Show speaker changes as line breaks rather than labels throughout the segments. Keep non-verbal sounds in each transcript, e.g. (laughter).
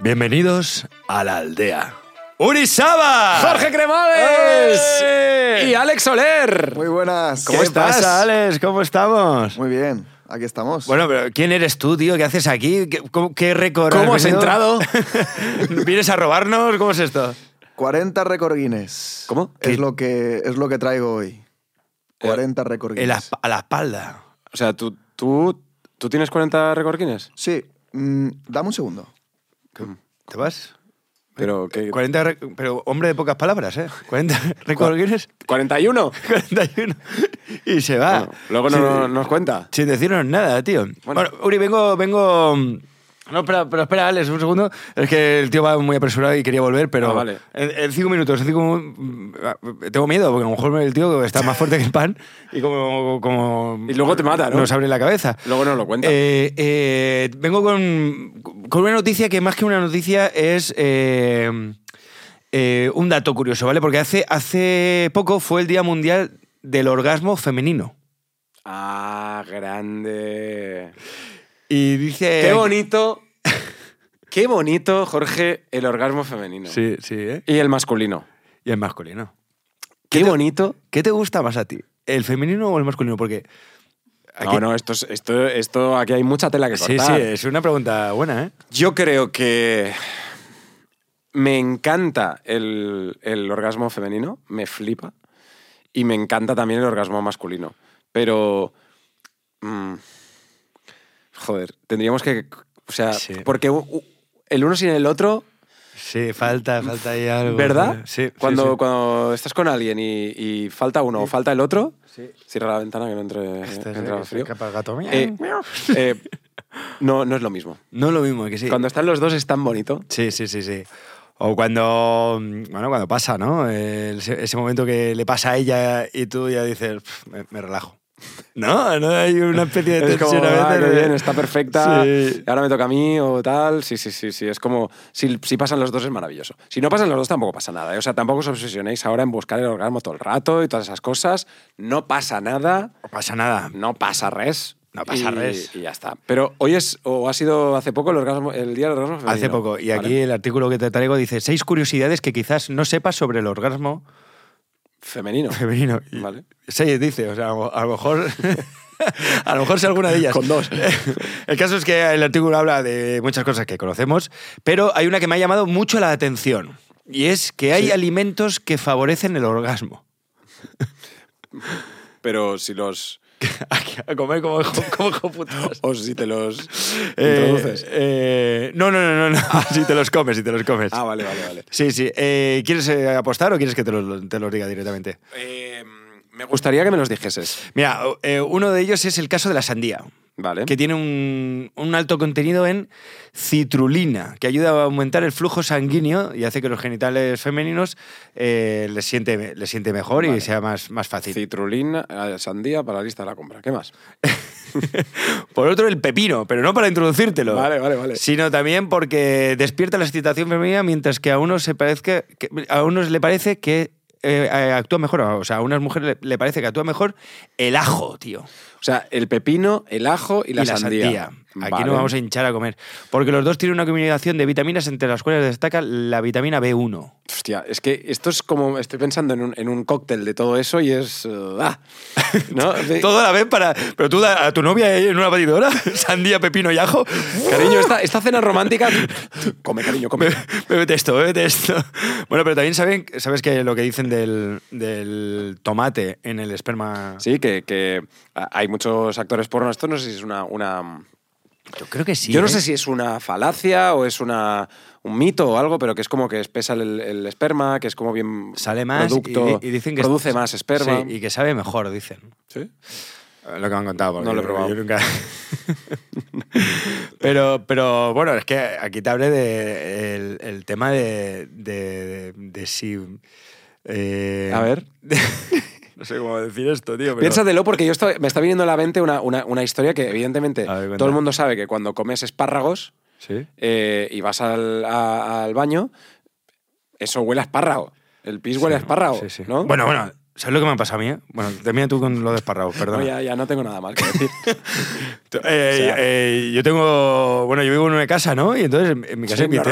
Bienvenidos a la aldea. ¡Urizaba!
Jorge Cremades
¡Eh!
y Alex Soler.
Muy buenas.
¿Cómo
¿Qué
estás,
pasa,
Alex? ¿Cómo estamos?
Muy bien, aquí estamos.
Bueno, pero ¿quién eres tú, tío? ¿Qué haces aquí? ¿Qué, cómo- qué récord
¿Cómo has
venido?
entrado?
(laughs) ¿Vienes a robarnos? ¿Cómo es esto?
40 récord Guinness.
¿Cómo?
Es
¿Qué?
lo, que, es lo que traigo hoy. 40 récord
En la
Guinness.
esp- a la espalda.
O sea, ¿tú, tú, tú tienes 40 recorquines.
Sí, mm, dame un segundo.
¿Te vas?
Pero que...
40 re- pero hombre de pocas palabras, (laughs) ¿eh? 40 récord (laughs) Guinness,
41.
41. Y se va.
Bueno, luego no,
Sin-
no- nos cuenta.
Sin decirnos nada, tío. Bueno,
Bueno.
Uri, vengo, vengo. mm, No, espera, pero espera, Alex, un segundo. Es que el tío va muy apresurado y quería volver, pero.
Ah, vale.
En, en cinco minutos, en cinco mu- mm, ah, Tengo miedo, porque a lo mejor el tío está más fuerte que el pan y como. como
Y luego te mata, ¿no?
Nos abre la cabeza.
Luego nos lo cuenta.
Eh, eh, vengo con, con una noticia que más que una noticia es eh, eh, un dato curioso, ¿vale? Porque hace, hace poco fue el Día Mundial del Orgasmo Femenino.
Ah, grande.
Y dice...
Qué bonito. Qué bonito, Jorge, el orgasmo femenino.
Sí, sí, ¿eh?
Y el masculino.
Y el masculino.
Qué bonito.
¿Qué te gusta más a ti? ¿El femenino o el masculino? Porque... aquí-
No, no, esto, es- esto, esto, aquí hay mucha tela que
sí,
cortar.
sí, es una pregunta buena, ¿eh?
Yo creo que me encanta el, el orgasmo femenino, me flipa, y me encanta también el orgasmo masculino. Pero... mm, joder, tendríamos que... O sea,
Sí.
porque u- u- el uno sin el otro,
Sí, falta, falta ahí algo.
¿verdad?
Sí. sí,
Cuando,
sí.
cuando estás con alguien y, y falta uno o falta el otro, cierra la ventana que no entre,
Este es el
entra
que se
frío.
escapa el gato.
Eh, eh, no, no es lo mismo.
No lo mismo ¿eh? que sí.
Cuando están los dos es tan bonito.
Sí, sí, sí, sí. O cuando, mm, bueno, cuando pasa, ¿no? El- ese ese momento que le pasa a ella y tú ya dices, "Pf, me, me relajo. (laughs) No, no hay una especie de
(laughs) Es como,
tensión a
"Ah,
veces
qué
de-
bien, está perfecta,
Sí.
ahora me toca a mí o tal. Sí, sí, sí, sí. Es como, si, si pasan los dos es maravilloso. Si no pasan los dos tampoco pasa nada. ¿eh? O sea, tampoco os obsesionéis ahora en buscar el orgasmo todo el rato y todas esas cosas. No pasa nada,
No pasa nada.
no pasa res.
No pasa
y-
res.
Y ya está. Pero hoy es, o ha sido hace poco el, orgasmo, el día del orgasmo
Hace
femenino.
poco. Y
Vale.
aquí el artículo que te traigo dice seis curiosidades que quizás no sepas sobre el orgasmo (laughs)
Femenino.
femenino. Y
Vale.
Seis dice, o sea, a lo, a lo mejor... (laughs) A lo mejor sea alguna de ellas.
Con dos.
(laughs) El caso es que el artículo habla de muchas cosas que conocemos, pero hay una que me ha llamado mucho la atención. Y es que hay
Sí.
alimentos que favorecen el orgasmo.
(laughs) Pero si los...
A comer como hijo, como hijo (laughs) putas.
(laughs) O si te los
Eh,
introduces.
eh, no, no, no, no. no. (laughs) si te los comes, si te los comes.
Ah, vale, vale, vale.
Sí, sí. Eh, ¿Quieres eh, apostar o quieres que te los te los diga directamente?
Eh, me gustaría que me los dijeses.
Mira, eh, uno de ellos es el caso de la sandía,
Vale.
que tiene un, un alto contenido en citrulina, que ayuda a aumentar el flujo sanguíneo y hace que los genitales femeninos eh, les, siente, les siente mejor y
Vale.
sea más, más fácil.
Citrulina, eh, sandía para la lista de la compra. ¿Qué más?
(laughs) Por otro, el pepino, pero no para introducírtelo.
Vale, vale, vale.
Sino también porque despierta la excitación femenina mientras que a unos, se parezca, que- a unos le parece que eh, actúa mejor. O sea, a unas mujeres le, le parece que actúa mejor el ajo, tío.
O sea, el pepino, el ajo y la, sandía.
Aquí
Vale.
no vamos a hinchar a comer. Porque los dos tienen una combinación de vitaminas entre las cuales destaca la vitamina B1.
Hostia, es que esto es como. Estoy pensando en un, en un cóctel de todo eso y es. uh, (laughs) ah, ¿no? De-
Todo a la vez para... Pero tú da- a tu novia eh, en una batidora, (laughs) sandía, pepino y
(laughs)
ajo.
Cariño, esta, esta cena romántica. Come, cariño, (laughs) come.
Bebe- Bébete esto, bébete esto. Bueno, pero también saben, sabes que lo que dicen del, del tomate en el esperma.
Sí, que, que a- hay muchos actores porno. Esto no sé si es una. una
yo creo que sí.
yo no
¿eh?
sé si es una falacia o es una, un mito o algo, pero que es como que espesa el, el esperma, que es como bien.
sale más
producto,
y, y dicen que
produce más esperma.
Sí, y que sabe mejor, dicen.
¿Sí?
Lo que me han contado. porque
No lo he
yo-
probado.
yo nunca- (laughs) pero, pero bueno, es que aquí te hablé del el tema de, de, de si. eh,
A ver.
(laughs) no sé cómo decir esto, tío. pero-
Piénsatelo porque yo estoy- me está viniendo a la mente una, una- una historia que evidentemente
A ver, cuenta.
todo el mundo sabe que cuando comes espárragos
Sí.
eh, y vas al, a- al baño, eso huele a espárrago. El pis huele a espárrago,
Sí, sí.
¿no?
Bueno, bueno. ¿Sabes lo que me ha pasado a mí? eh? Bueno, termina tú con lo desparrado, perdón.
No, ya, ya no tengo nada mal que decir.
Eh, eh, yo tengo. Bueno, yo vivo en una casa, ¿no? Y entonces en- en (laughs) mi casa
Sí,
invité,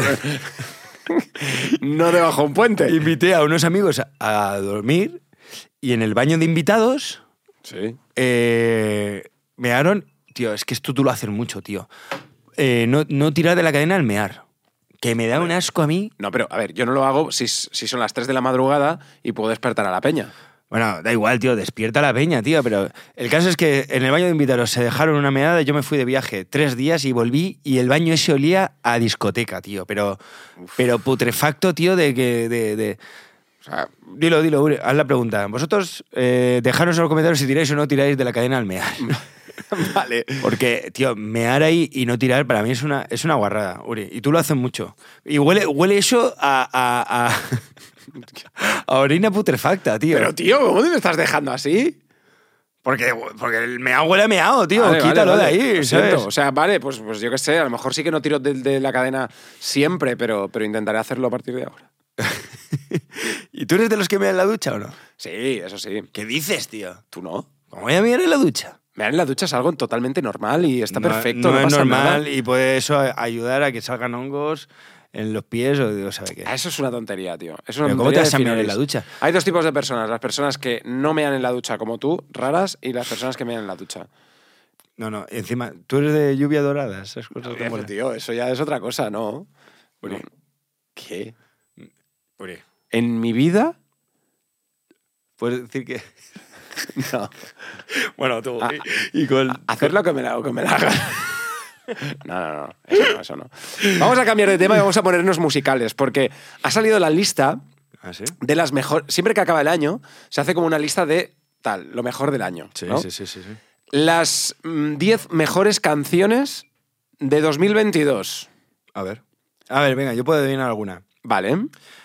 (laughs) no debajo un
(laughs)
puente.
invité a unos amigos a, a dormir y en el baño de invitados
Sí.
eh, mearon. Tío, es que esto tú lo hacen mucho, tío. Eh, no, no tirar de la cadena al mear. Que me da un asco a mí.
No, pero a ver, yo no lo hago si, si son las 3 de la madrugada y puedo despertar a la peña.
Bueno, da igual, tío, despierta la peña, tío, pero el caso es que en el baño de invitados se dejaron una meada, yo me fui de viaje tres días y volví y el baño ese olía a discoteca, tío, pero, pero putrefacto, tío, de que... De, de- o sea, dilo, dilo, Uri, haz la pregunta. Vosotros, eh, dejadnos en los comentarios si tiráis o no tiráis de la cadena al mear.
(laughs) vale.
Porque, tío, mear ahí y no tirar para mí es una, es una guarrada, Uri. Y tú lo haces mucho. Y huele, huele eso a, a, a, (laughs) a orina putrefacta, tío.
Pero tío, ¿cómo te me estás dejando así?
Porque, porque el meao huele a meao, tío.
Vale, vale,
Quítalo
vale,
de ahí,
lo
¿sabes?
siento. O sea, vale, pues, pues yo qué sé, a lo mejor sí que no tiro de, de la cadena siempre, pero, pero intentaré hacerlo a partir de ahora.
¿Y tú eres de los que mean en la ducha o no?
Sí, eso sí.
¿Qué dices, tío?
¿Tú no?
¿Cómo voy a mear en la ducha?
Mear en la ducha es algo totalmente normal y está
No-
perfecto.
No,
No,
es
pasa
normal
nada.
y puede eso a- ayudar a que salgan hongos en los pies o Dios sabe qué.
Ah, Eso es una tontería, tío. Es una
Pero ¿cómo
tontería
te vas a
de
mear en la
finales.
ducha?
Hay dos tipos de personas. Las personas que no mean en la ducha como tú, raras, y las personas que mean en la ducha.
No, no, y encima, tú eres de lluvia dorada, esas cosas te
Bueno,
molan.
Eh, tío, eso ya es otra cosa, ¿no?
Uri.
No. ¿Qué?
Uri,
¿En mi vida?
Puedes decir que.
(laughs) No.
Bueno, tú.
Ah,
y, y con.
Hacer lo que me la, que me la haga. (laughs) No, no, no, eso no, eso no. Vamos a cambiar de tema y vamos a ponernos musicales, porque ha salido la lista
¿Ah, sí?
de las mejores. Siempre que acaba el año, se hace como una lista de tal, lo mejor del año.
Sí,
¿no?
sí, sí, sí, sí.
Las mm, 10 mejores canciones de 2022.
A ver. A ver, venga, yo puedo adivinar alguna.
Vale.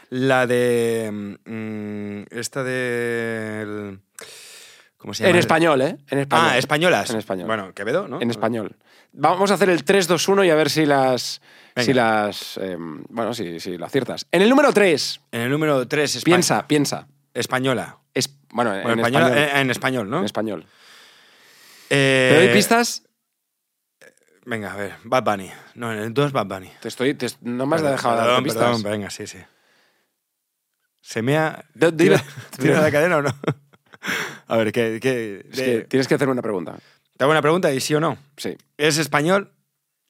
La de. mm, esta del. ¿Cómo se llama?
En español, ¿eh? En español.
Ah, españolas.
En español.
Bueno, Quevedo, ¿no?
En español. Vamos a hacer el 3-2-1 y a ver si las.
Venga.
Si las. em, bueno, si, si lo aciertas. En el número 3,
En el número 3,
piensa, piensa.
Española.
Es, bueno,
Bueno,
en
española-
español.
eh, en español, ¿no?
En español.
Eh,
¿Te doy pistas?
Venga, a ver. Bad Bunny. No, en el 2, Bad Bunny.
Te estoy, te- no me has
Perdón,
dejado dar
perdón,
pistas.
perdón, venga, sí, sí. ¿Se mea.
Do- dime-
¿Tira, (laughs) tira la cadena o no? (laughs) A ver, ¿qué. qué-
Es
de-
que tienes que hacerme una pregunta.
Te hago una pregunta y sí o no.
Sí,
¿Es español?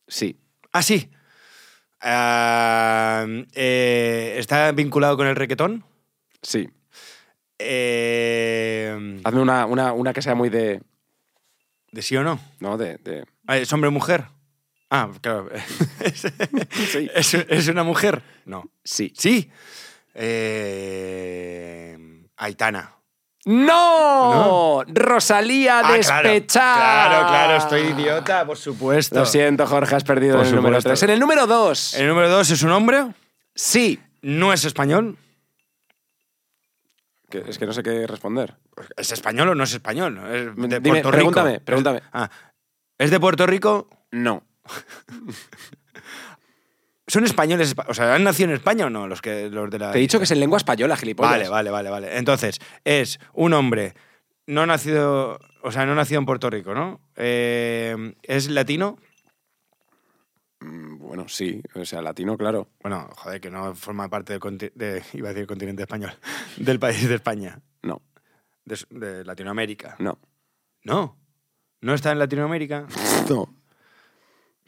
sí.
Ah, sí. Ah, eh, ¿Está vinculado con el requetón?
Sí.
Eh,
Hazme una, una, una que sea muy de.
¿De sí o no?
No, de. de-
Ah, ¿Es hombre o mujer? Ah, claro. (laughs) ¿Es,
Sí.
es- es una mujer? No.
Sí.
¿Sí? Eh, Aitana.
¡No! ¡Rosalía
Ah, claro.
despechada!
Claro, claro, estoy idiota, por supuesto.
Lo siento, Jorge, has perdido
Por
en el número
supuesto.
3. En el número 2.
El número dos es un hombre,
Sí.
no es español.
Que- es que no sé qué responder.
¿Es español o no es español? Es de
Dime,
Puerto Rico.
pregúntame, pregúntame.
Ah, ¿Es de Puerto Rico?
No.
¿Son españoles? espa- O sea, ¿han nacido en España o no? Los, que, los de la
Te he dicho que es en lengua española, gilipollas.
Vale, vale, vale, vale. Entonces, es un hombre no nacido, o sea, no nacido en Puerto Rico, ¿no? Eh, es latino.
Mm, Bueno, sí. O sea, latino, claro.
Bueno, joder, que no forma parte del conti- de, iba a decir continente español, (laughs) del país de España,
No,
de, s- de Latinoamérica.
no.
No, no está en Latinoamérica,
No.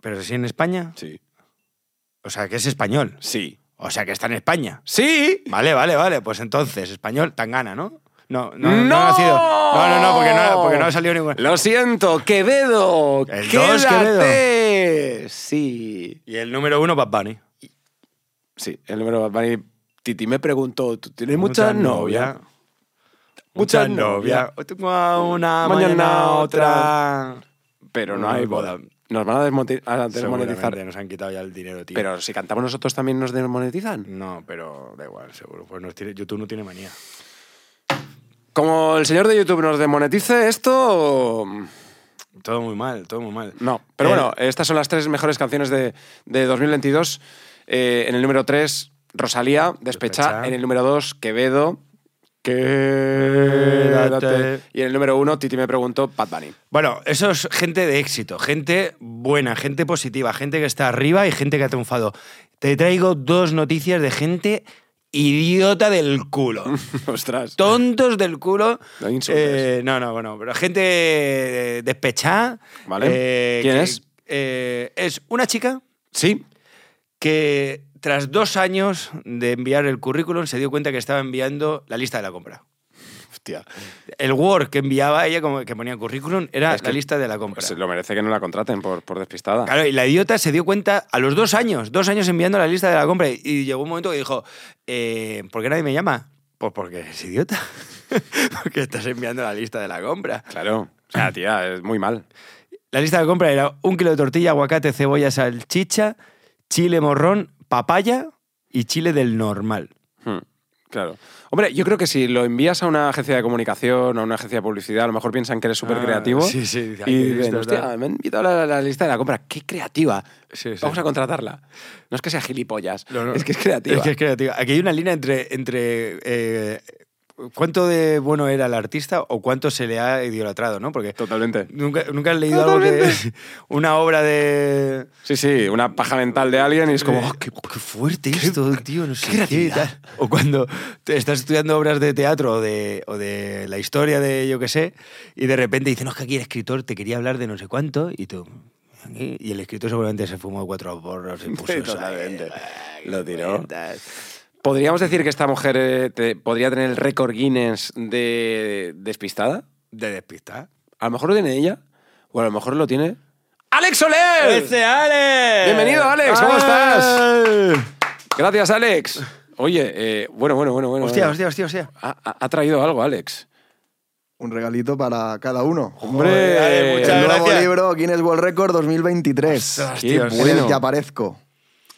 pero sí en España.
Sí.
O sea, que es español.
Sí.
O sea, que está en España.
¡Sí!
Vale, vale, vale. Pues entonces, español, Tangana, ¿no? No, no, no,
¡No!
ha nacido. No, no, no, porque no, porque no ha salido ninguna.
Lo siento, Quevedo.
El dos,
quédate. Sí.
Y el número uno, Bad Bunny.
Sí, el número Bad Bunny. Titi me preguntó, ¿tú tienes muchas novias?
Muchas
Muchas
novias.
novias.
Hoy tengo una,
Mañana
mañana otra.
Pero no,
No hay
hay
boda.
boda. Nos van a desmoti- a desmonetizar.
Seguramente nos han quitado ya el dinero, tío.
Pero si cantamos nosotros también nos desmonetizan.
No, pero da igual, seguro. Pues nos tiene- YouTube no tiene manía.
Como el señor de YouTube nos desmonetice esto...
Todo muy mal, todo muy mal.
No. Pero
Eh,
bueno, estas son las tres mejores canciones de, de 2022. Eh, en el número 3, Rosalía, Despecha.
Despecha.
En el número 2, Quevedo, Quédate.
Quédate.
Y en el número uno, Titi me preguntó, Pat Bunny. (laughs)
Bueno, eso es gente de éxito, gente buena, gente positiva, gente que está arriba y gente que ha triunfado. Te traigo dos noticias de gente idiota del
(laughs)
culo.
Ostras.
Tontos del culo.
No insultes.
Eh, no, no, bueno, pero gente eh, despechada.
Vale. ¿Quién es?
eh, es una chica
Sí.
que tras dos años de enviar el currículum se dio cuenta que estaba enviando la lista de la compra.
Hostia.
El Word que enviaba ella, como que ponía currículum, era
Es que-
la lista de la compra.
Pues Se lo merece que no la contraten por, por despistada.
Ah. Claro, y la idiota se dio cuenta a los dos años, dos años enviando la lista de la compra. Y llegó un momento que dijo, eh, ¿por qué nadie me llama? Pues porque es idiota. (laughs) porque estás enviando la lista de la compra.
Claro. O sea, tía, es muy mal.
La lista de compra era un kilo de tortilla, aguacate, cebolla, salchicha, chile morrón, papaya y chile del normal.
Hmm, Claro. Hombre, yo creo que si lo envías a una agencia de comunicación o a una agencia de publicidad, a lo mejor piensan que eres súper
Ah,
creativo.
sí, sí, dice, ay,
Y
qué
ah, dicen,
listo,
hostia,
tal".
me han invitado a la, la lista de la compra. ¡Qué creativa!
Sí, sí.
Vamos a contratarla. No es que sea gilipollas,
No, no.
es que es creativa.
Es que es creativa. Aquí hay una línea entre, entre eh, cuánto de bueno era el artista o cuánto se le ha idolatrado, ¿no? Porque
Totalmente.
¿Nunca, nunca has leído algo que. (laughs) Una obra de.
Sí, sí, una paja mental de alguien y es como,
de-
"Oh, qué
oh, qué fuerte esto, tío! No sé qué, tal. O cuando te estás estudiando obras de teatro o de, o de la historia de yo qué sé, y de repente dicen, no, es que aquí el escritor te quería hablar de no sé cuánto, y tú. "¿Aquí?". Y el escritor seguramente se fumó cuatro borros y
(laughs)
puso. "Ay,
Totalmente.
ay,
Lo tiró.
cuentas".
¿Podríamos decir que esta mujer eh, te- podría tener el récord Guinness de despistada?
De despistar.
A lo mejor lo tiene ella, o a lo mejor lo tiene Alex Soler.
¡Ese Alex!
¡Eh! Bienvenido, Alex, ¿cómo
¡Ay!
Gracias, Alex. Oye, eh, bueno, bueno, bueno, bueno.
Hostia,
bueno.
hostia, hostia, hostia.
Ha, ha- ha traído algo, Alex.
Un regalito para cada uno.
Hombre,
Alex, muchas
el nuevo
gracias.
libro Guinness World Record 2023.
Ostras,
qué
tío,
En el
bueno.
que aparezco.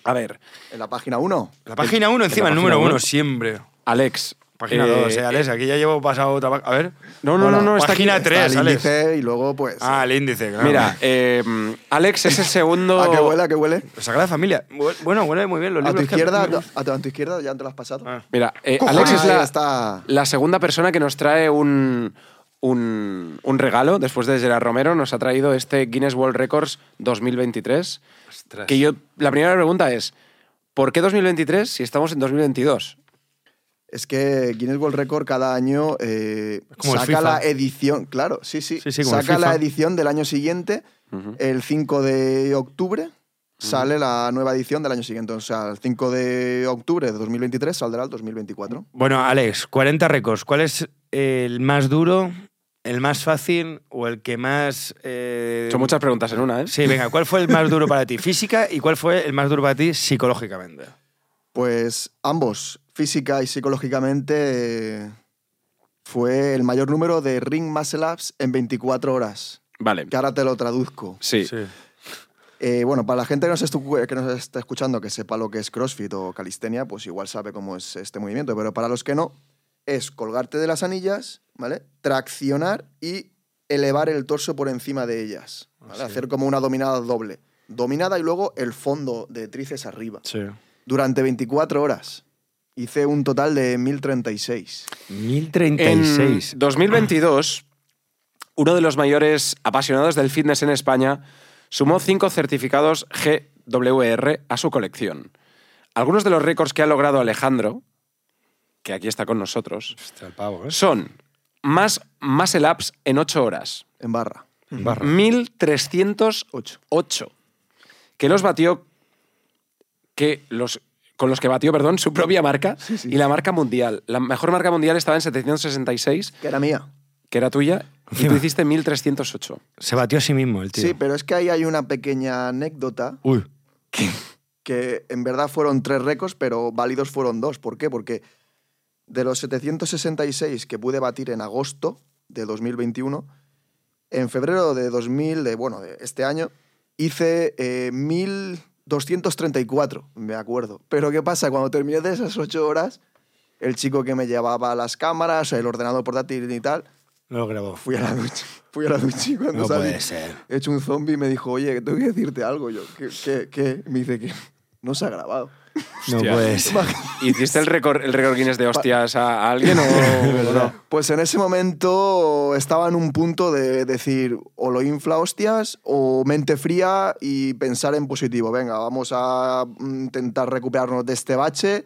A ver,
En la página 1.
La página 1 encima,
la
el
página
número
uno?
1 siempre.
Alex.
Página
eh,
2, eh, Alex. Aquí ya llevo pasado otra página. A ver.
No, no,
Bueno,
no, no, está
página
aquí.
tres.
Está el
Alex.
índice y luego, pues.
Ah, el índice, claro.
Mira, eh, Alex es el
(laughs)
segundo.
¿A qué Ah, huele? ¿A qué huele?
Eh, Sagrada Familia. Bu- Bueno, huele muy bien los
A
libros.
tu
que-
izquierda, a tu, a tu- a tu izquierda, ya te lo has pasado.
Ah.
Mira, eh,
Cojones,
Alex es la,
ahí está.
la segunda persona que nos trae un, un, un regalo. Después de Gerard Romero, nos ha traído este Guinness World Records 2023.
Ostras.
Que yo, la primera pregunta es, ¿por qué 2023 si estamos en 2022?
Es que Guinness World Record cada año eh,
como el
saca
FIFA.
la edición, claro, sí, sí,
Sí, sí, como el
saca la
FIFA.
edición del año siguiente, el 5 de octubre sale la nueva edición del año siguiente, o sea, el 5 de octubre de 2023 saldrá el 2024.
Bueno, Alex, 40 récords. ¿Cuál es el más duro, el más fácil o el que más. eh,
Son muchas preguntas en una, ¿eh?
Sí, venga, ¿cuál fue el más duro para ti? Física y cuál fue el más duro para ti psicológicamente.
Pues ambos, física y psicológicamente, eh, fue el mayor número de ring muscle ups en 24 horas,
Vale.
que ahora te lo traduzco.
Sí.
Eh, bueno, para la gente que nos, estu- que nos está escuchando que sepa lo que es CrossFit o calistenia, pues igual sabe cómo es este movimiento, pero para los que no, es colgarte de las anillas, ¿vale? Traccionar y elevar el torso por encima de ellas, ¿vale? Hacer como una dominada doble. Dominada y luego el fondo de tríceps arriba.
Sí.
Durante 24 horas. Hice un total de 1036.
En
1036.
2022, uno de los mayores apasionados del fitness en España sumó cinco certificados GWR a su colección. Algunos de los récords que ha logrado Alejandro, que aquí está con nosotros,
Hostia, el pavo, ¿eh?
son más muscle ups en 8 horas,
En barra.
Barra.
1308, que los batió que los con los que batió, perdón, su propia marca
sí.
y la marca mundial. La mejor marca mundial estaba en 766
Que era mía.
que era tuya, y tú
Encima.
hiciste (laughs) 1308.
Se batió a sí mismo el tío.
Sí, pero es que ahí hay una pequeña anécdota
Uy.
que en verdad fueron tres récords, pero válidos fueron dos. ¿Por qué? Porque de los 766 que pude batir en agosto de 2021, en febrero de 2000, de, bueno, de este año, hice eh, 1234, me acuerdo. Pero ¿qué pasa? Cuando terminé de esas ocho horas, el chico que me llevaba las cámaras, el ordenador portátil y tal,
No lo grabó.
fui a la ducha. (laughs) Fui a la ducha y cuando
No
salí,
puede ser.
he hecho un zombie y me dijo, oye, tengo que decirte algo. Yo, ¿qué? qué, qué?". Me dice que no se ha grabado.
No
Hostia. (laughs)
puedes.
¿Hiciste el récord, el récord Guinness de hostias a, a alguien (laughs) o, o no?
Pues en ese momento estaba en un punto de decir o lo infla hostias o mente fría y pensar en positivo. Venga, vamos a mm, intentar recuperarnos de este bache.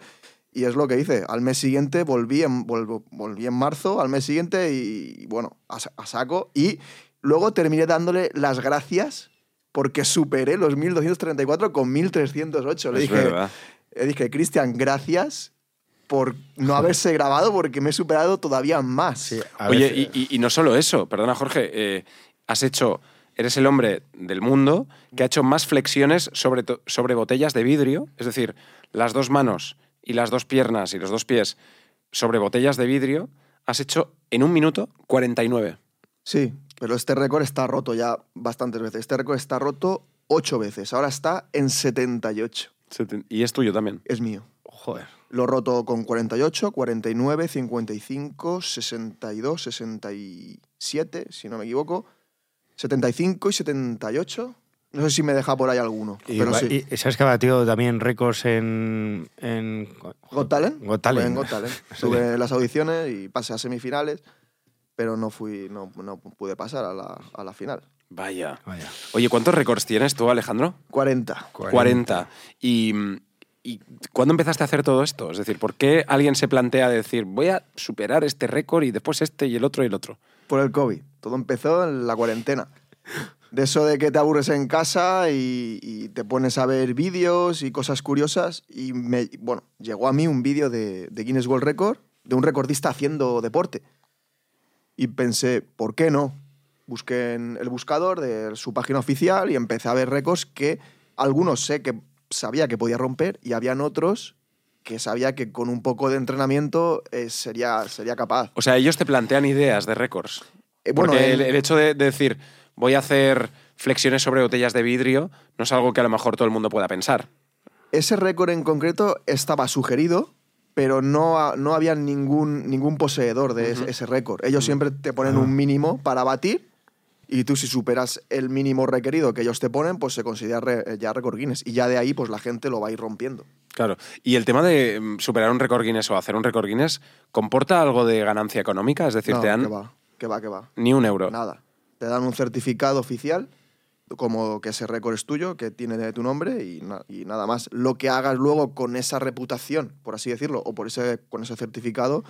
Y es lo que hice. Al mes siguiente volví en, volvo- volví en marzo, al mes siguiente y bueno, a, sa- a saco. Y luego terminé dándole las gracias porque superé los 1234 con 1308. Le
Es
dije,
verdad.
le dije, Cristian, gracias por no haberse grabado porque me he superado todavía más.
A eh,
Oye,
veces-
y, y- y no solo eso, perdona Jorge, eh, has hecho, eres el hombre del mundo que ha hecho más flexiones sobre, to- sobre botellas de vidrio, es decir, las dos manos y las dos piernas y los dos pies sobre botellas de vidrio, has hecho en un minuto 49.
Sí, pero este récord está roto ya bastantes veces. Este récord está roto ocho veces. Ahora está en 78.
Seten- Y es tuyo también.
Es mío.
Joder.
Lo he roto con 48, 49, 55, 62, 67, si no me equivoco, 75 y 78. No sé si me deja por ahí alguno,
Y,
pero
va-
sí.
y- ¿Sabes que ha batido también récords en. en
¿Got Talent?
Got Talent.
Fue en Got Talent. Tuve las audiciones y pasé a semifinales, pero no fui, no, no pude pasar a la, a la final.
Vaya.
Vaya.
Oye, ¿cuántos récords tienes tú, Alejandro?
40.
40. ¿Y, y cuándo empezaste a hacer todo esto? Es decir, ¿por qué alguien se plantea decir, voy a superar este récord y después este y el otro y el otro?
Por el COVID. Todo empezó en la cuarentena. De eso de que te aburres en casa y, y te pones a ver vídeos y cosas curiosas. Y me, bueno, llegó a mí un vídeo de, de Guinness World Record, de un recordista haciendo deporte. Y pensé, ¿por qué no? Busqué en el buscador de su página oficial y empecé a ver récords que algunos sé que sabía que podía romper y habían otros que sabía que con un poco de entrenamiento eh, sería, sería capaz.
O sea, ellos te plantean ideas de récords.
Eh, bueno,
Porque el,
el-
el hecho de, de decir, voy a hacer flexiones sobre botellas de vidrio, no es algo que a lo mejor todo el mundo pueda pensar.
Ese récord en concreto estaba sugerido, pero no, ha- no había ningún, ningún poseedor de ese- ese récord. Ellos siempre te ponen un mínimo para batir y tú si superas el mínimo requerido que ellos te ponen, pues se considera re- ya récord Guinness. Y ya de ahí pues la gente lo va a ir rompiendo.
Claro. Y el tema de mm, superar un récord Guinness o hacer un récord Guinness, ¿comporta algo de ganancia económica? Es decir,
No,
te dan
que va, que va, que va.
ni un euro.
Nada. Te dan un certificado oficial como que ese récord es tuyo, que tiene tu nombre y, na- y nada más. Lo que hagas luego con esa reputación, por así decirlo, o por ese, con ese certificado,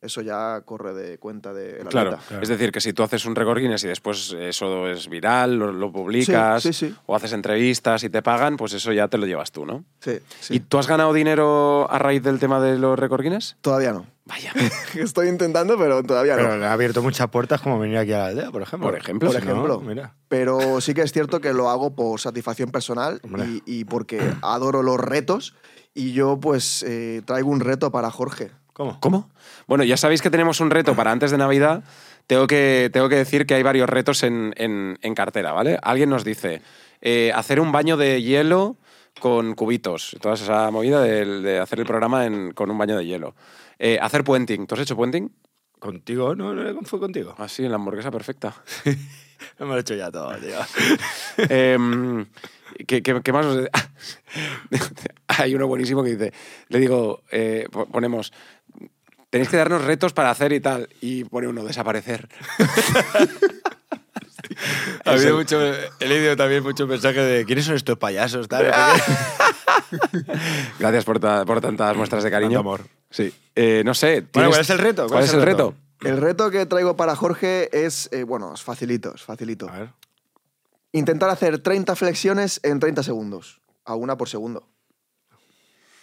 eso ya corre de cuenta de la
Claro. es decir, que si tú haces un récord Guinness y después eso es viral, lo, lo publicas
Sí, sí, sí.
o haces entrevistas y te pagan, pues eso ya te lo llevas tú, ¿no?
Sí, sí.
¿Y tú has ganado dinero a raíz del tema de los récord Guinness?
Todavía no. (laughs)
Vaya.
Estoy intentando, pero todavía
Pero
no.
le ha abierto muchas puertas como venir aquí a la aldea, por ejemplo.
Por ejemplo,
Si
por ejemplo.
No, mira.
Pero sí que es cierto que lo hago por satisfacción personal
Hombre.
y, y porque adoro los retos. Y yo, pues, eh, traigo un reto para Jorge.
¿Cómo?
¿Cómo? Bueno, ya sabéis que tenemos un reto para antes de Navidad. Tengo que, tengo que decir que hay varios retos en, en- en cartera, ¿vale? Alguien nos dice eh, hacer un baño de hielo con cubitos, toda esa movida del- de, hacer el programa en- con un baño de hielo. Eh, hacer puenting. ¿Tú has hecho puenting?
¿Contigo? No, no fue contigo.
Ah, sí, en la hamburguesa perfecta. (laughs)
Me lo he hecho ya todo, tío.
Em, ¿qué, qué- qué más? os- (laughs) Hay uno buenísimo que dice, le digo, eh, po- ponemos, tenéis que darnos retos para hacer y tal, y pone uno, desaparecer. (laughs)
Ha
Es el-
habido mucho, he leído también muchos mensajes de ¿quiénes son estos payasos? Tal,
Gracias por, ta- por tantas muestras de (laughs) cariño.
Tanto amor.
Sí. Eh, no sé. ¿tienes-
¿cuál es el reto?
¿Cuál es el reto?
El reto que traigo para Jorge es, eh, bueno, es facilito, es facilito.
A ver.
Intentar hacer 30 flexiones en 30 segundos, a una por segundo.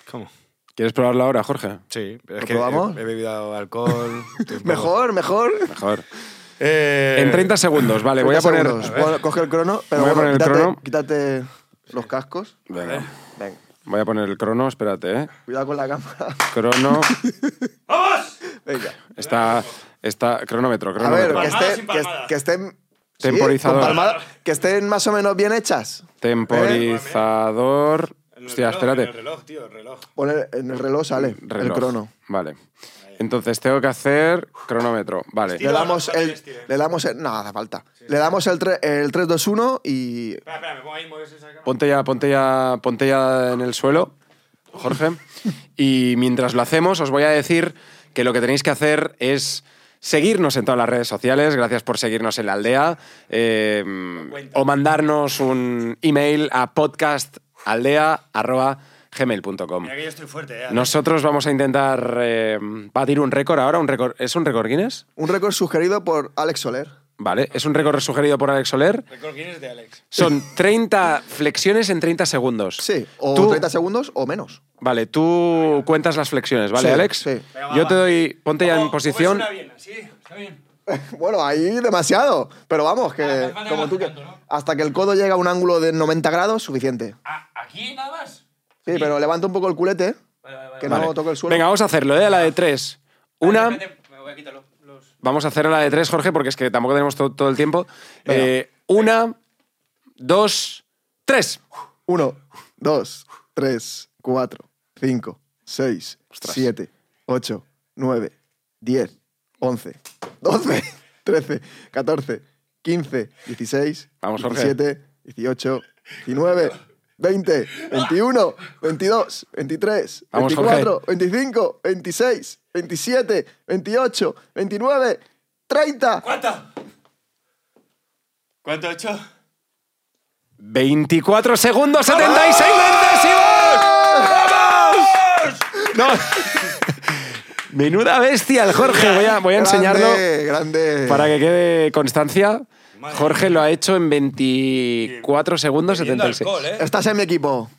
¿Cómo?
¿Quieres probarlo ahora, Jorge?
Sí, pero es
¿Lo
que
probamos?
he, he bebido
(laughs)
alcohol. estoy un poco-
Mejor, mejor.
Mejor.
Eh,
En 30 segundos, vale, voy a
30
poner...
segundos. Bueno, coge el crono, pero
Voy a
bueno,
poner el
quítate,
crono.
quítate los cascos.
Venga,
Venga,
voy a poner el crono, espérate, ¿eh?
cuidado con la cámara. (laughs)
Crono.
Venga.
Está, está cronómetro,
A
cronómetro.
ver, que,
Palmadas
esté-
sin
que,
palmadas.
que estén. sí,
Temporizador.
con palmadas, que estén más o menos bien hechas.
Temporizador.
En el
Hostia,
reloj, en El
espérate.
reloj, tío, el reloj.
Poner en el reloj sale el
Reloj.
crono.
Vale. Entonces tengo que hacer cronómetro. Vale.
Le
Estilo
damos
Arnold
el.
Schwarzenegger.
Le damos el. No, hace falta. Le damos el, tre- el 3, 2, 1 y.
Espera, espera, me pongo ahí, mueves esa cámara.
Ponte ya, ponte ya, ponte ya en el suelo. Jorge. Y mientras lo hacemos, os voy a decir que lo que tenéis que hacer es seguirnos en todas las redes sociales. Gracias por seguirnos en la aldea. eh, o mandarnos un email a podcastaldea.gmail.com.
yo estoy fuerte, eh,
Nosotros vamos a intentar eh, batir un récord ahora. Un récord, ¿Es un récord Guinness?
Un récord sugerido por Alex Soler.
Vale, es un récord sugerido por Alex Soler.
de Alex.
Son 30 flexiones en 30 segundos.
Sí, o
Tú-
30 segundos o menos.
Vale, tú cuentas las flexiones, ¿vale,
Sí,
Alex?
sí.
Venga, va,
Yo
va.
te doy, ponte ya
Pues
en posición.
(laughs) Bueno, ahí demasiado. Pero vamos, que
Ah, hace falta
como
que
tú
baje
que-
tanto, ¿no?
hasta que el codo llega a un ángulo de 90 grados, suficiente.
¿Aquí nada más?
Sí, pero levanta un poco el culete, que
Vale.
no toque el suelo.
Venga, vamos a hacerlo, ¿eh? A la de tres. Una,
Me voy a quitar los...
vamos a hacer a la de tres, Jorge, porque es que tampoco tenemos to- todo el tiempo. Eh, una, dos, tres.
Uno, dos, tres, cuatro, cinco, seis, siete, ocho, nueve, diez, once, doce, (laughs) trece, catorce, quince, dieciséis,
Vamos, Jorge.
diecisiete, dieciocho, diecinueve, veinte, veintiuno, veintidós, veintitrés,
Vamos,
veinticuatro, veinticinco, veintiséis, veintisiete, veintiocho, veintinueve, treinta.
¿Cuánto? ¿Cuánto he hecho?
24 segundos, 76 centésimos. ¡Vamos! No. (laughs) Menuda bestia el Jorge. Voy a, voy a enseñarlo.
Grande, grande.
Para que quede constancia,
Madre
Jorge lo ha hecho en 24 segundos
Bebiendo
76.
alcohol, ¿eh?
Estás en mi equipo.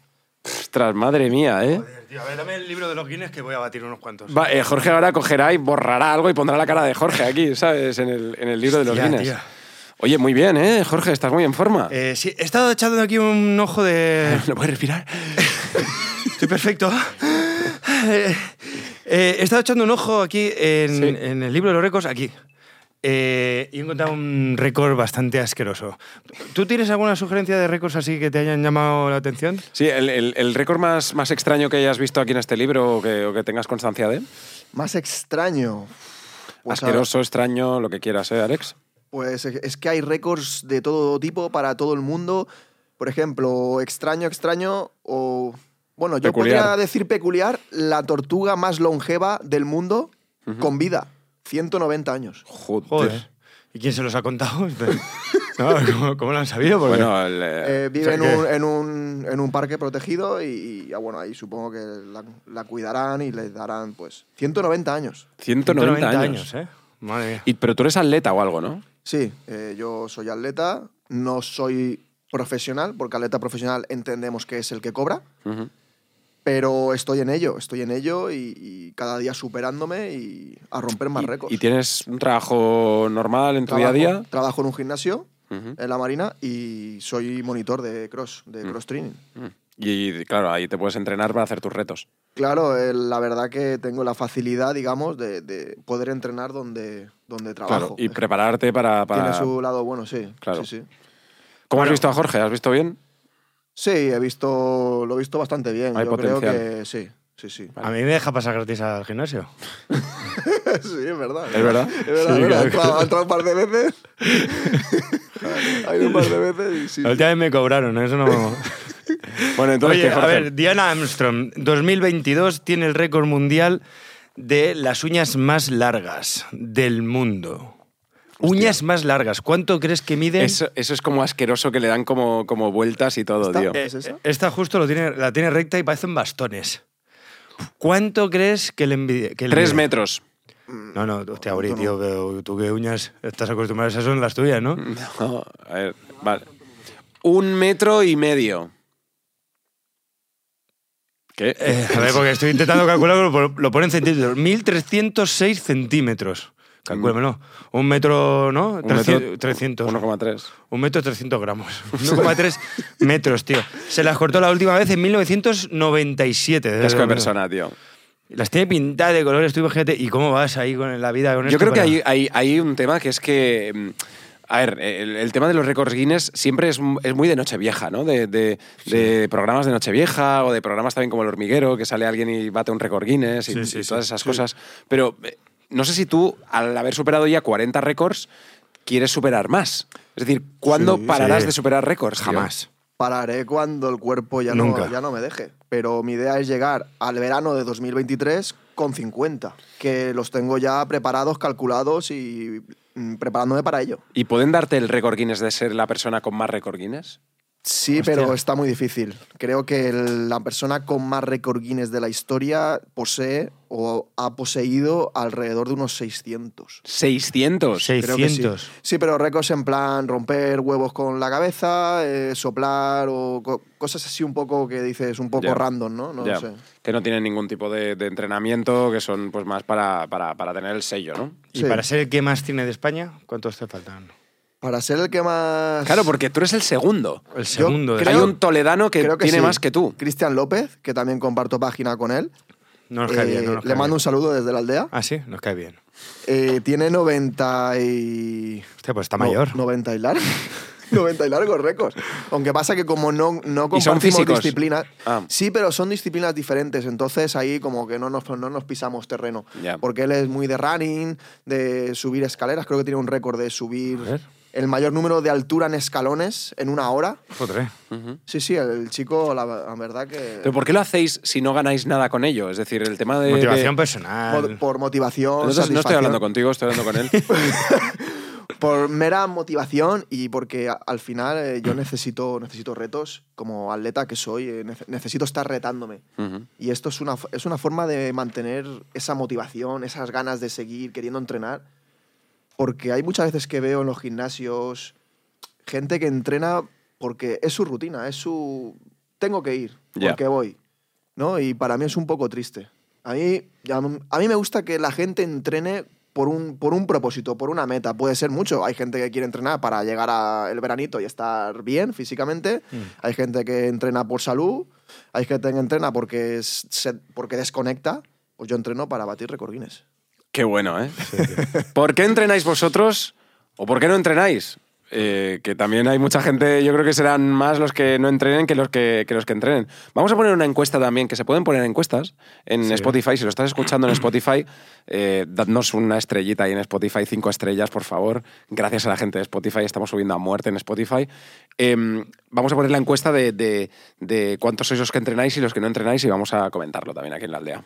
Ostras, madre mía, ¿eh?
Tío, a ver, dame el libro de los Guinness que voy a batir unos cuantos.
Va, eh, Jorge ahora cogerá y borrará algo y pondrá la cara de Jorge aquí, ¿sabes? En el, en el libro de los
Hostia,
Guinness.
tía.
Oye, muy bien, ¿eh? Jorge, estás muy en forma.
Eh, sí, he estado echando aquí un ojo de...
(laughs) ¿Lo puedes respirar?
(laughs) Estoy perfecto. (laughs) Eh, eh, he estado echando un ojo aquí en,
Sí.
en el libro de los récords, aquí. Eh, y he encontrado un récord bastante asqueroso. ¿Tú tienes alguna sugerencia de récords así que te hayan llamado la atención?
Sí, el, el- el récord más, más extraño que hayas visto aquí en este libro o que, o que tengas constancia de.
Más extraño. Pues ahora-
Asqueroso, extraño, lo que quieras, ¿eh, Alex?
Pues eh, es que hay récords de todo tipo para todo el mundo. Por ejemplo, extraño, extraño o... Bueno, yo
Peculiar.
podría decir peculiar la tortuga más longeva del mundo con vida. 190 años.
Joder.
Joder. ¿Y quién se los ha contado? (laughs) No, ¿cómo, cómo lo han sabido? Porque-
Bueno, el, eh,
Eh,
o sea
vive en
que-
un, en, un, en un parque protegido y, y, ah, bueno, ahí supongo que la, la cuidarán y le darán pues 190 años.
190, años.
¿eh? Madre mía.
Y- pero tú eres atleta o algo, ¿no?
Sí, eh, yo soy atleta, no soy profesional, porque atleta profesional entendemos que es el que cobra. Pero estoy en ello, estoy en ello y, y cada día superándome y a romper más
Y-
récords.
Y, tienes un trabajo normal en tu
Trabajo-
día a día.
Trabajo en un gimnasio,
Ujú.
en la Marina, y soy monitor de cross, de cross training.
Mm. Y claro, ahí te puedes entrenar para hacer tus retos.
Claro, eh, la verdad que tengo la facilidad, digamos, de, de poder entrenar donde, donde
Claro,
trabajo.
y prepararte para. para-
Tiene su lado bueno, sí.
Claro.
Sí, sí.
¿Cómo has
Bueno.
visto a Jorge? ¿Has visto bien?
Sí, he visto, lo he visto bastante bien.
Hay
Yo creo
potencial.
que sí, sí, sí.
A mí me deja pasar gratis al gimnasio.
sí, es verdad.
¿Es verdad?
Es verdad,
Sí,
es verdad.
claro.
Ha entrado- ha entrado un par de
(laughs)
veces. ha ido un par de veces y sí.
La última vez me cobraron, ¿eh? eso
(laughs)
no...
Bueno, entonces,
Oye,
¿qué,
a
Jorge?
ver, Diana Armstrong, 2022 tiene el récord mundial de las uñas más largas del mundo. Uñas más largas. ¿Cuánto crees que mide?
eso, eso es como asqueroso que le dan como, como vueltas y todo,
Está-
tío.
eh, ¿Es esa?
Esta justo lo tiene, la tiene recta y parecen bastones. ¿Cuánto crees que le envidia? Que le
Tres
mide?
metros.
No, no, hostia, Uri, tío, pero tú qué uñas estás acostumbrado, esas son las tuyas,
Mm.
¿no?
No, a ver, vale. Un metro y medio. ¿Qué?
Eh, a ver, porque estoy intentando calcularlo, lo, lo pone en centímetros. 1.306 centímetros. Calcúlamelo. Un metro, ¿no?
Un metro-
300.
1,3.
Un metro 300 gramos. 1,3 metros, tío. Se las cortó la última vez en 1997.
Qué asco de persona, tío.
Las tiene pintadas de colores, tú imagínate. ¿Y cómo vas ahí con la vida? Con
Yo
esto
creo que
para-
hay, hay- hay un tema que es que. mm, A ver, el, el tema de los récords Guinness siempre es, m- es muy de Nochevieja, ¿no? De, de- de programas de Nochevieja o de programas también como El Hormiguero, que sale alguien y bate un récord Guinness y,
Sí, sí,
y todas
sí.
esas
Sí.
cosas. Pero eh, no sé si tú, al haber superado ya 40 récords, quieres superar más. Es decir, ¿cuándo
Sí,
pararás
sí.
de superar récords? tío?
Jamás.
Pararé cuando el cuerpo ya no,
Nunca.
ya no me deje. Pero mi idea es llegar al verano de 2023 con 50, que los tengo ya preparados, calculados y mm, preparándome para ello.
¿Y pueden darte el récord Guinness de ser la persona con más récord Guinness?
Sí,
Hostia.
pero está muy difícil. Creo que el- la persona con más récord Guinness de la historia posee o ha poseído alrededor de unos 600.
600.
Creo que sí.
600.
Sí. pero récords en plan romper huevos con la cabeza, eh, soplar o co- cosas así un poco que dices un poco
Ya.
random, ¿no? No
Ya,
sé.
Que no tienen ningún tipo de, de entrenamiento, que son pues más para, para, para tener el sello, ¿no?
Y
Sí.
para ser el que más tiene de España, ¿cuántos te faltan?
Para ser el que más...
Claro, porque tú eres el segundo.
El segundo. ¿eh? de
creo-
Hay un toledano que,
creo
tiene
sí.
más que tú.
Cristian López, que también comparto página con él.
No nos cae bien.
Eh,
no nos
le
cae
mando un
bien.
saludo desde la aldea.
Ah, sí, nos cae bien.
Eh, tiene 90 y...
Hostia, pues está
No,
mayor.
90 y (laughs) largo. 90 y largos récords. Aunque pasa que como no, no
Y son
compartimos
físicos.
disciplinas...
Ah.
Sí, pero son disciplinas diferentes. Entonces ahí como que no nos, no nos pisamos terreno.
Ya.
Porque él es muy de running, de subir escaleras. Creo que tiene un récord de subir
A ver.
el mayor número de altura en escalones en una hora.
Joder.
Ujú.
Sí, sí, el chico, la, la verdad
Pero
que...
¿por qué lo hacéis si no ganáis nada con ello? Es decir, el tema de...
Motivación
de-
personal.
Por, por motivación,
Entonces, no estoy
satisfacción.
hablando contigo, estoy hablando con él.
Por mera motivación y porque a- al final eh, yo necesito, necesito retos como atleta que soy, eh, nece- necesito estar retándome.
Ujú.
Y esto es una, f- es una forma de mantener esa motivación, esas ganas de seguir queriendo entrenar, porque hay muchas veces que veo en los gimnasios gente que entrena porque es su rutina, es su... Tengo que ir,
Ya.
porque voy. ¿no? Y para mí es un poco triste. A mí, a m- a mí me gusta que la gente entrene por un, por un propósito, por una meta. Puede ser mucho. Hay gente que quiere entrenar para llegar al veranito y estar bien físicamente. Hay gente que entrena por salud. Hay gente que entrena porque, es- se- porque desconecta. Pues yo entreno para batir récord Guinness.
Qué bueno, ¿eh? (laughs) ¿Por qué entrenáis vosotros o por qué no entrenáis? Eh, que también hay mucha gente, yo creo que serán más los que no entrenen que los que, que los que entrenen. Vamos a poner una encuesta también, que se pueden poner encuestas en
Sí.
Spotify. Si lo estás escuchando en Spotify, eh, dadnos una estrellita ahí en Spotify, cinco estrellas, por favor. Gracias a la gente de Spotify, estamos subiendo a muerte en Spotify. Em, vamos a poner la encuesta de, de- de cuántos sois los que entrenáis y los que no entrenáis y vamos a comentarlo también aquí en la aldea.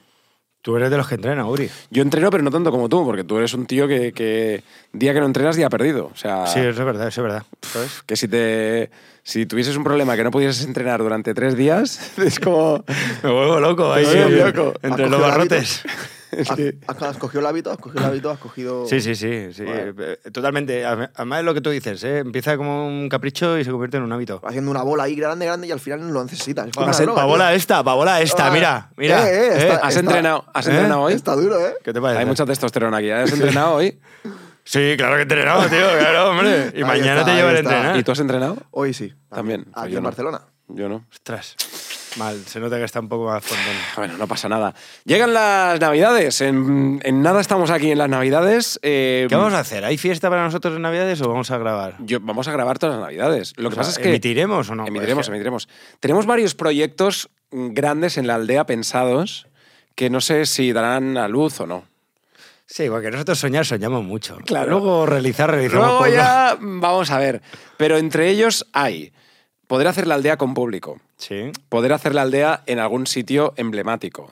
Tú eres de los que entrena, Uri.
Yo entreno, pero no tanto como tú, porque tú eres un tío que, que día que no entrenas, día perdido. O sea,
Sí, eso es verdad, eso es verdad. ¿Sabes?
que si te si tuvieses un problema que no pudieses entrenar durante tres días, (laughs) es como...
(laughs) Me vuelvo loco
ahí,
entre
Entre
¿Has
los
los cogido barrotes.
barrotes.
Has, has- has cogido el hábito, has cogido el hábito, has cogido...
(laughs) Sí, sí, sí. sí.
Bueno.
Eh, Totalmente. Además es lo que tú dices, ¿eh? empieza como un capricho y se convierte en un hábito.
Haciendo una bola ahí grande, grande y al final no lo necesitas. Es como una droga, tío.
Pabola esta, pabola esta,
Ah.
mira, mira.
Eh, eh,
¿eh?
está-
¿Has
está-
entrenado, has
¿Eh?
entrenado hoy?
Está duro, ¿eh?
¿Qué te parece?
Hay mucha testosterona aquí. ¿eh? ¿Has entrenado hoy?
Sí, claro que entrenamos, tío, claro, hombre. Y
Ahí
mañana
está,
te
ahí
llevaré a
está.
entrenar.
¿Y tú has entrenado?
Hoy sí.
También, pues
Aquí
yo
en
no.
Barcelona.
Yo no.
Ostras. Mal, se nota que está un poco más fondón.
Bueno, no pasa nada. Llegan las navidades. En, en nada estamos aquí en las navidades. Eh,
¿Qué vamos a hacer? ¿Hay fiesta para nosotros en Navidades o vamos a grabar?
yo- vamos a grabar todas las navidades. Lo que
O sea,
pasa es que...
¿Emitiremos o no?
emitiremos,
Es que-
emitiremos. Tenemos varios proyectos grandes en la aldea pensados que no sé si darán a luz o no.
Sí, porque nosotros soñar soñamos mucho.
Claro.
Pues Luego realizar, realizamos
Luego
poco.
ya (laughs) vamos a ver. Pero entre ellos hay poder hacer la aldea con público,
Sí.
poder hacer la aldea en algún sitio emblemático,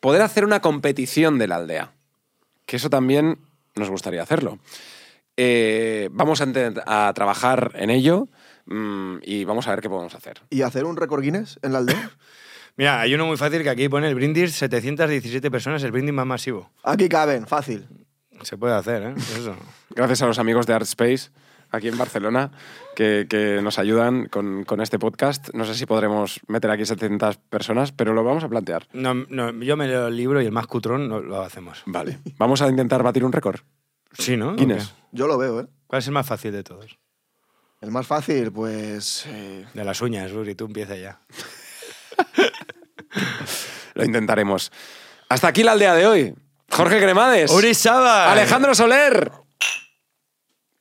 poder hacer una competición de la aldea, que eso también nos gustaría hacerlo. Eh, vamos a, intent- a trabajar en ello mm, y vamos a ver qué podemos hacer.
¿Y hacer un récord Guinness en la aldea?
Mira, hay uno muy fácil que aquí pone el brindis, 717 personas, el brindis más masivo.
Aquí caben, fácil.
Se puede hacer, ¿eh? Eso.
Gracias a los amigos de Artspace aquí en Barcelona que, que nos ayudan con, con este podcast. No sé si podremos meter aquí 700 personas, pero lo vamos a plantear.
No, no, yo me leo el libro y el más cutrón no- lo hacemos.
Vale. Vamos a intentar batir un récord.
Sí, ¿no?
Guinness.
¿O qué?
Yo lo veo, ¿eh?
¿Cuál es el más fácil de todos?
El más fácil, pues. eh,
De las uñas, Uri, tú empieza ya.
Lo intentaremos. Hasta aquí la aldea de hoy. Jorge Cremades.
¡Uri Saba!
Alejandro Soler.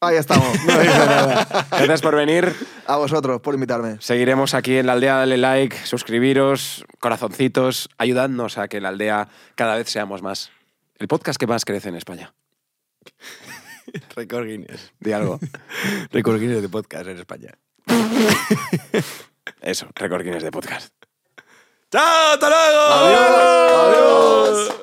Ahí
(laughs)
estamos.
Gracias por venir.
A vosotros por invitarme.
Seguiremos aquí en la aldea, dale like, suscribiros, corazoncitos, ayudadnos a que la aldea cada vez seamos más. El podcast que más crece en España.
Record Guinness.
Di algo.
Record Guinness de podcast en España. Eso, recordines de podcast.
¡Chao! ¡Hasta luego!
Adiós.
¡Adiós!